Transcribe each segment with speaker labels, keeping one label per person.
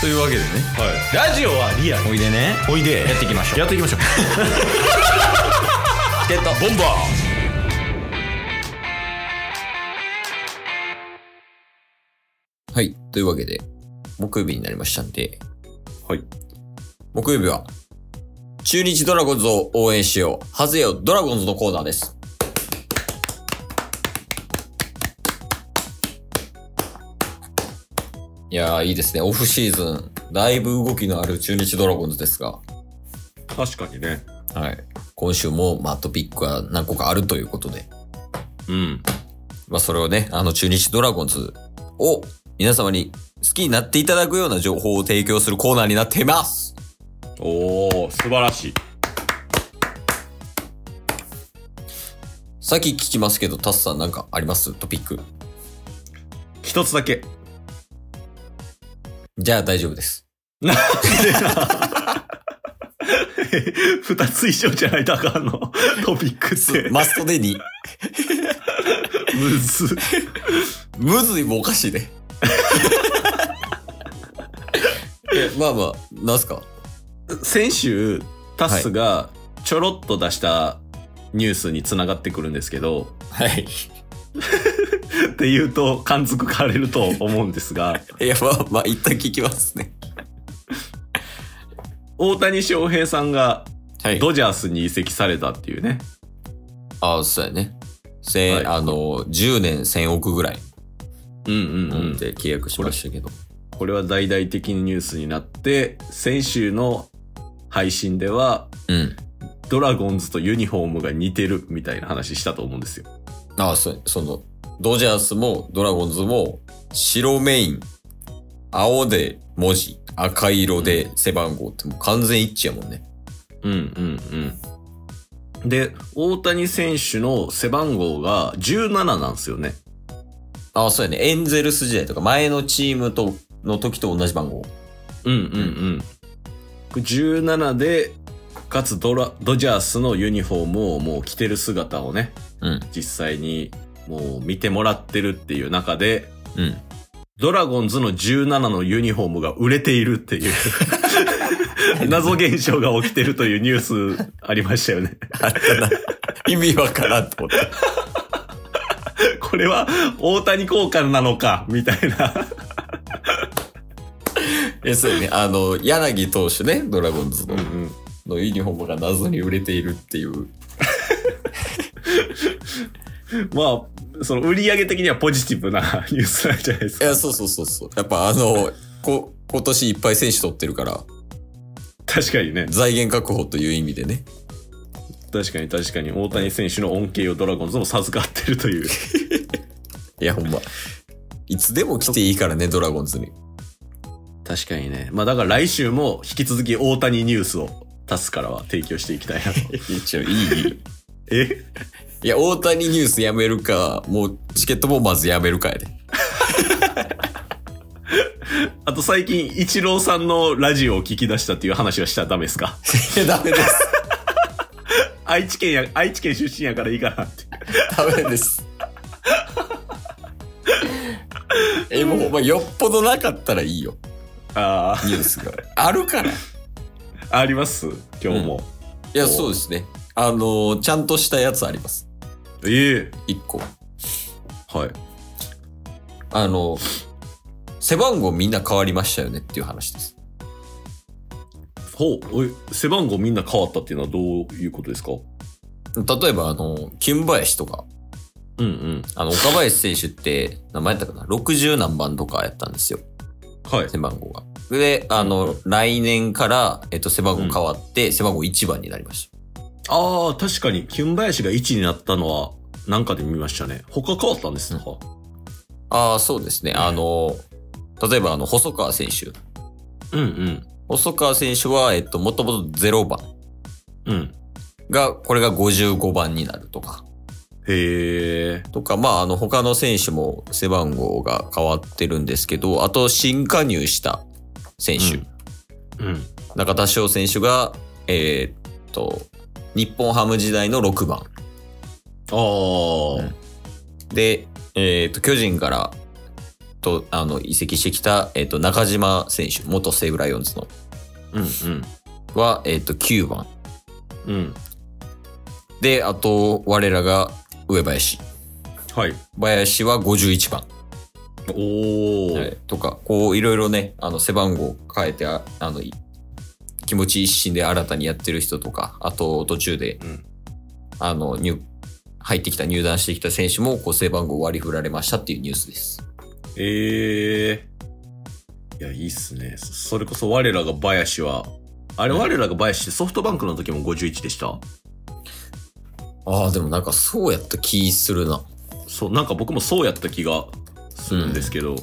Speaker 1: というわけでね
Speaker 2: ラジオはリアル
Speaker 1: おいでね
Speaker 2: おいで
Speaker 1: やっていきましょう
Speaker 2: やっていきましょう
Speaker 1: チケットボンバーはい。というわけで、木曜日になりましたんで、
Speaker 2: はい
Speaker 1: 木曜日は、中日ドラゴンズを応援しよう。はぜよドラゴンズのコーナーです。いやー、いいですね。オフシーズン、だいぶ動きのある中日ドラゴンズですが、
Speaker 2: 確かにね
Speaker 1: はい。今週も、まあ、トピックは何個かあるということで、
Speaker 2: うん
Speaker 1: まあ、それをね、あの、中日ドラゴンズを皆様に好きになっていただくような情報を提供するコーナーになっています。
Speaker 2: おお素晴らしい
Speaker 1: さっき聞きますけど、タスさんなんかありますトピック。
Speaker 2: 一つだけ
Speaker 1: じゃあ大丈夫です。
Speaker 2: 二つ以上じゃないとあ かんのトピックって
Speaker 1: マストで2。
Speaker 2: むず
Speaker 1: むずいもおかしいね。えまあまあ、なんすか
Speaker 2: 先週タスがちょろっと出したニュースにつながってくるんですけど、
Speaker 1: はい。
Speaker 2: って言うと感づかれると思うんですが
Speaker 1: いや、まあまあ、一旦聞きますね。
Speaker 2: 大谷翔平さんが
Speaker 1: はい
Speaker 2: ドジャースに移籍されたっていうね
Speaker 1: あ、そうやね。せ、
Speaker 2: はい
Speaker 1: あの、10年1000億ぐらい
Speaker 2: うんうんうん、
Speaker 1: で契約しましたけど。
Speaker 2: これは大々的にニュースになって先週の配信では
Speaker 1: うん。
Speaker 2: ドラゴンズとユニフォームが似てるみたいな話したと思うんですよ
Speaker 1: ああ、そう、その、ドジャースもドラゴンズも白メイン、青で文字、赤色で背番号ってもう完全一致やもんね。
Speaker 2: うんうんうんで大谷選手の背番号が17なんですよね
Speaker 1: ああ、そうやね。エンゼルス時代とか前のチームと、の時と同じ番号。
Speaker 2: うんうんうん。17で、かつドラ、ドジャースのユニフォームをもう着てる姿をね、
Speaker 1: うん。
Speaker 2: 実際にもう見てもらってるっていう中で、
Speaker 1: うん。
Speaker 2: ドラゴンズの17のユニフォームが売れているっていう、謎現象が起きてるというニュースありましたよね。
Speaker 1: 意味わからんと思った。
Speaker 2: これは大谷効果なのか、みたいな。
Speaker 1: え、そうやね。あの、柳投手ね、ドラゴンズの,、
Speaker 2: ん。
Speaker 1: のユニフォームが謎に売れているっていう。
Speaker 2: まあ、その売り上げ的にはポジティブな ニュースなんじゃないです
Speaker 1: い
Speaker 2: か。
Speaker 1: や、そうそうそうそう。やっぱあの、こ、今年いっぱい選手取ってるから、
Speaker 2: 確かにね。
Speaker 1: 財源確保という意味でね。
Speaker 2: 確かに確かに大谷選手の恩恵をドラゴンズも授かってるという
Speaker 1: いや、ほんま。いつでも来ていいからね、ドラゴンズに。
Speaker 2: 確かにねまあだから来週も引き続き大谷ニュースをタスからは提供していきたい なと
Speaker 1: 一応、いい。
Speaker 2: え
Speaker 1: いや、大谷ニュースやめるか、もう、チケットもまずやめるかやで。
Speaker 2: あと最近イチローさんのラジオを聞き出したっていう話はしたらダメですか
Speaker 1: い やダメです。
Speaker 2: 愛知県や愛知県出身やからいいかなって
Speaker 1: ダメです。え、もうほんま、よっぽどなかったらいいよ、
Speaker 2: あ
Speaker 1: ニュースが。あるから。い
Speaker 2: ああります今日も、
Speaker 1: や、そうですね。あの、ちゃんとしたやつあります。
Speaker 2: ええ
Speaker 1: 一個。
Speaker 2: はい
Speaker 1: あの、背番号みんな変わりましたよねっていう話です。
Speaker 2: ほうおい背番号みんな変わったっていうのはどういうことですか
Speaker 1: 例えば、あの、金林とか、
Speaker 2: うんうん
Speaker 1: あの、岡林選手って、名前やったかな ?60 何番とかやったんですよ。
Speaker 2: はい
Speaker 1: 背番号が。で、あの、来年から、えっと、背番号変わって、背番号1番になりまし
Speaker 2: ああ、確かに、キュン林が1になったのは、なんかで見ましたね。他変わったんですか、
Speaker 1: た。ああ、そうですね。あの、例えば、あの、細川選手。
Speaker 2: うん、うん
Speaker 1: 細川選手は、えっと、もともと0番
Speaker 2: うん。うん。
Speaker 1: が、これが55番になるとか。
Speaker 2: へえ。
Speaker 1: とか、まあ、あの、他の選手も背番号が変わってるんですけど、あと、新加入した選手。
Speaker 2: うん。
Speaker 1: 中田翔選手が、えーっと、日本ハム時代の6番。
Speaker 2: ああ、
Speaker 1: で、えーっと、巨人から、と、あの、移籍してきた、えっ、と、中島選手、元西武ライオンズの、
Speaker 2: うん
Speaker 1: は、えっ、と、9番。
Speaker 2: うんうん
Speaker 1: で、あと、我らが、上林。
Speaker 2: はい
Speaker 1: 林は51番。
Speaker 2: おお、
Speaker 1: はいとか、こう、いろいろね、あの、背番号変えて、ああの、い気持ち一新で新たにやってる人とか、あと、途中で、
Speaker 2: うん
Speaker 1: あの、入、入ってきた、入団してきた選手も、こう、背番号割り振られましたっていうニュースです。
Speaker 2: ええいやいいっすねそれこそ我らが林はあれ我らが林ってソフトバンクの時も51でした
Speaker 1: ああ、でもなんかそうやった気するな。
Speaker 2: そうなんか僕もそうやった気がするんですけど、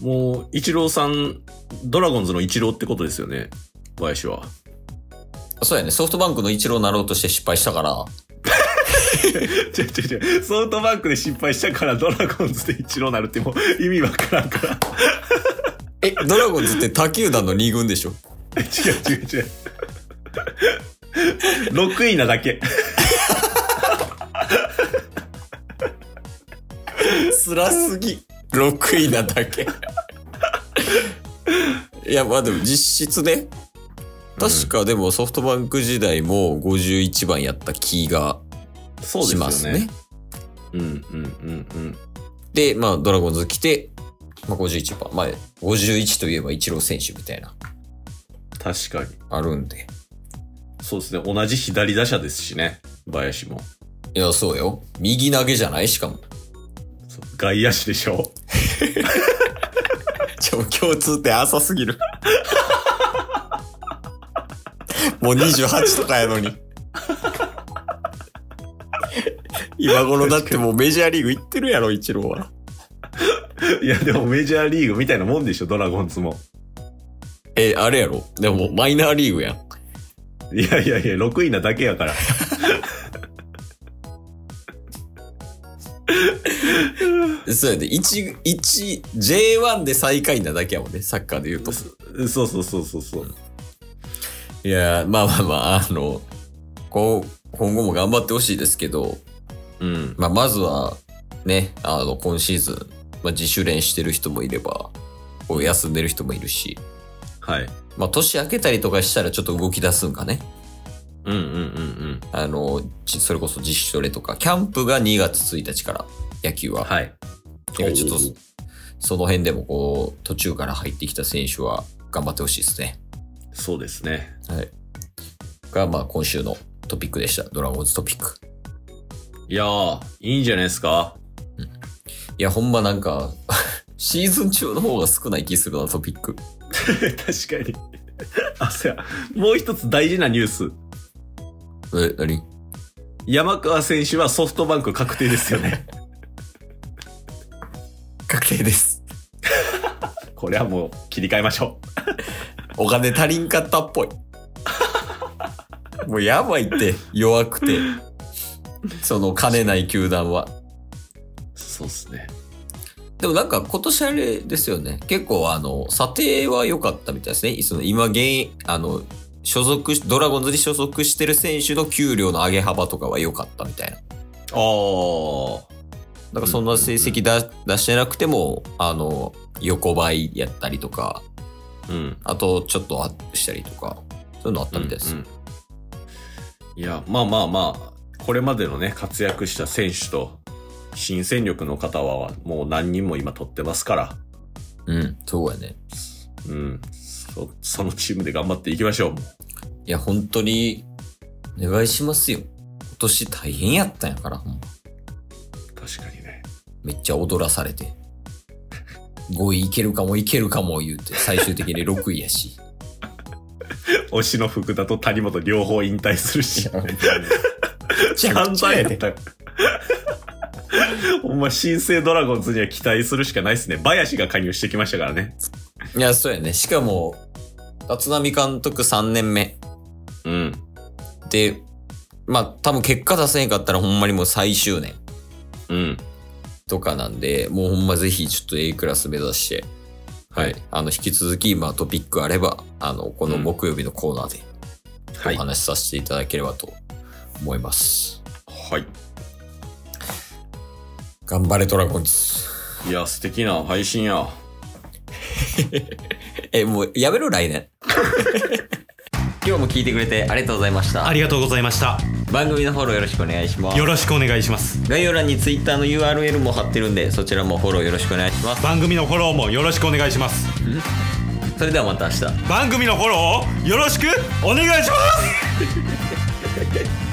Speaker 2: もうイチローさんドラゴンズのイチローってことですよね林 は
Speaker 1: そうやね、ソフトバンクの一郎になろうとして失敗したから、
Speaker 2: ちょちょちょ、ソフトバンクで失敗したからドラゴンズで一郎なるってもう意味わからんから。
Speaker 1: え、ドラゴンズって他球団の2軍でしょ
Speaker 2: 違う違う違う。6位なだけ。
Speaker 1: 辛すぎ。6位なだけ。いや、まあでも実質ね、確かでもソフトバンク時代も51番やった気が
Speaker 2: そ
Speaker 1: しますね。で
Speaker 2: うんうんうんうん。
Speaker 1: まあドラゴンズ来て、まあ、51番。まあ51といえばイチロー選手みたいな、
Speaker 2: 確かに。
Speaker 1: あるんで。
Speaker 2: そうですね。同じ左打者ですしね。林も。
Speaker 1: いや、そうよ。右投げじゃないしかも。
Speaker 2: そう外野手でしょ。
Speaker 1: ちょ、共通点浅すぎる。 もう28とかやのに。 今頃だってもうメジャーリーグ行ってるやろ、イチローは。
Speaker 2: いや、でもメジャーリーグみたいなもんでしょ、ドラゴンズも。
Speaker 1: え、あれやろでもマイナーリーグやん。
Speaker 2: いやいやいや、6位なだけやから。
Speaker 1: そうやで、1、一 J1 で最下位なだけやもんね、サッカーで言うと。
Speaker 2: そうそうそうそうそう。
Speaker 1: いやー、まあまあまあ、あの、こう、今後も頑張ってほしいですけど、
Speaker 2: うん。
Speaker 1: まあ、まずは、ね、あの、今シーズン、まあ、自主練してる人もいれば、こう休んでる人もいるし、
Speaker 2: はい。
Speaker 1: まあ、年明けたりとかしたらちょっと動き出すんかね。
Speaker 2: うんうんうん
Speaker 1: あの、じそれこそ自主トレとか、キャンプが2月1日から、野球
Speaker 2: うん。
Speaker 1: は。
Speaker 2: はい。
Speaker 1: だからちょっと
Speaker 2: おー、
Speaker 1: その辺でもこう、途中から入ってきた選手は頑張ってほしいですね。
Speaker 2: そうですね。
Speaker 1: はい。が、まあ、今週のトピックでした。ドラゴンズトピック。
Speaker 2: いやー、いいんじゃないですか
Speaker 1: いや、ほんまなんか、 シーズン中の方が少ない気するな、トピック。
Speaker 2: 確かに。 あ、そや、もう一つ大事なニュース。
Speaker 1: え、何
Speaker 2: 山川選手はソフトバンク確定ですよ ね。
Speaker 1: 確定です。
Speaker 2: これはもう切り替えましょ
Speaker 1: お金足りんかったっぽい。もうやばいって、弱くて。その金ない球団は。
Speaker 2: う。そうっすね。
Speaker 1: でもなんか今年あれですよね。結構あの、査定は良かったみたいですね。その今現役、あの、所属し、ドラゴンズに所属してる選手の給料の上げ幅とかは良かったみたいな。
Speaker 2: あー。
Speaker 1: だからそんな成績だ出してなくても、あの、横ばいやったりとか、
Speaker 2: うん。
Speaker 1: あとちょっとアップしたりとか、そういうのあったみたいです。
Speaker 2: うんうんいや、まあまあまあ、これまでのね、活躍した選手と、新戦力の方は、もう何人も今取ってますから、
Speaker 1: うん、そうやね。
Speaker 2: うん。そそのチームで頑張っていきましょう。
Speaker 1: いや、本当に、お願いしますよ。今年大変やったんやから、ほんま。
Speaker 2: 確かにね。
Speaker 1: めっちゃ踊らされて。5位いけるかもいけるかも言うて、最終的に6位やし。
Speaker 2: 推しの福田と谷本両方引退する し。
Speaker 1: ちゃんとやで。
Speaker 2: た。ほんま、新生ドラゴンズには期待するしかないですね。林が加入してきましたからね。
Speaker 1: いや、そうやね。しかも、立浪監督3年目
Speaker 2: うん。
Speaker 1: で、まあ、多分結果出せへんかったらほんまにもう最終年
Speaker 2: うん。
Speaker 1: とかなんで、もうほんまぜひちょっと A クラス目指して、はい。あの、引き続き、まあトピックあれば、あの、この木曜日のコーナーで
Speaker 2: は
Speaker 1: お
Speaker 2: い。
Speaker 1: 話しさせていただければと思います。
Speaker 2: はい。
Speaker 1: 頑張れドラゴンズ。
Speaker 3: いや、素敵な配信や。
Speaker 1: え、もうやめろ、来年。 今日も聞いてくれてありがとうございました
Speaker 2: あ。りがとうございました
Speaker 1: 番組のフォローよろしくお願いします
Speaker 2: よ。ろしくお願いします
Speaker 1: 概要欄に Twitter の URL も貼ってるんで、そちらもフォローよろしくお願いします。
Speaker 2: 番組のフォローもよろしくお願いします
Speaker 1: それではまた明日。
Speaker 2: 番組のフォローをよろしくお願いします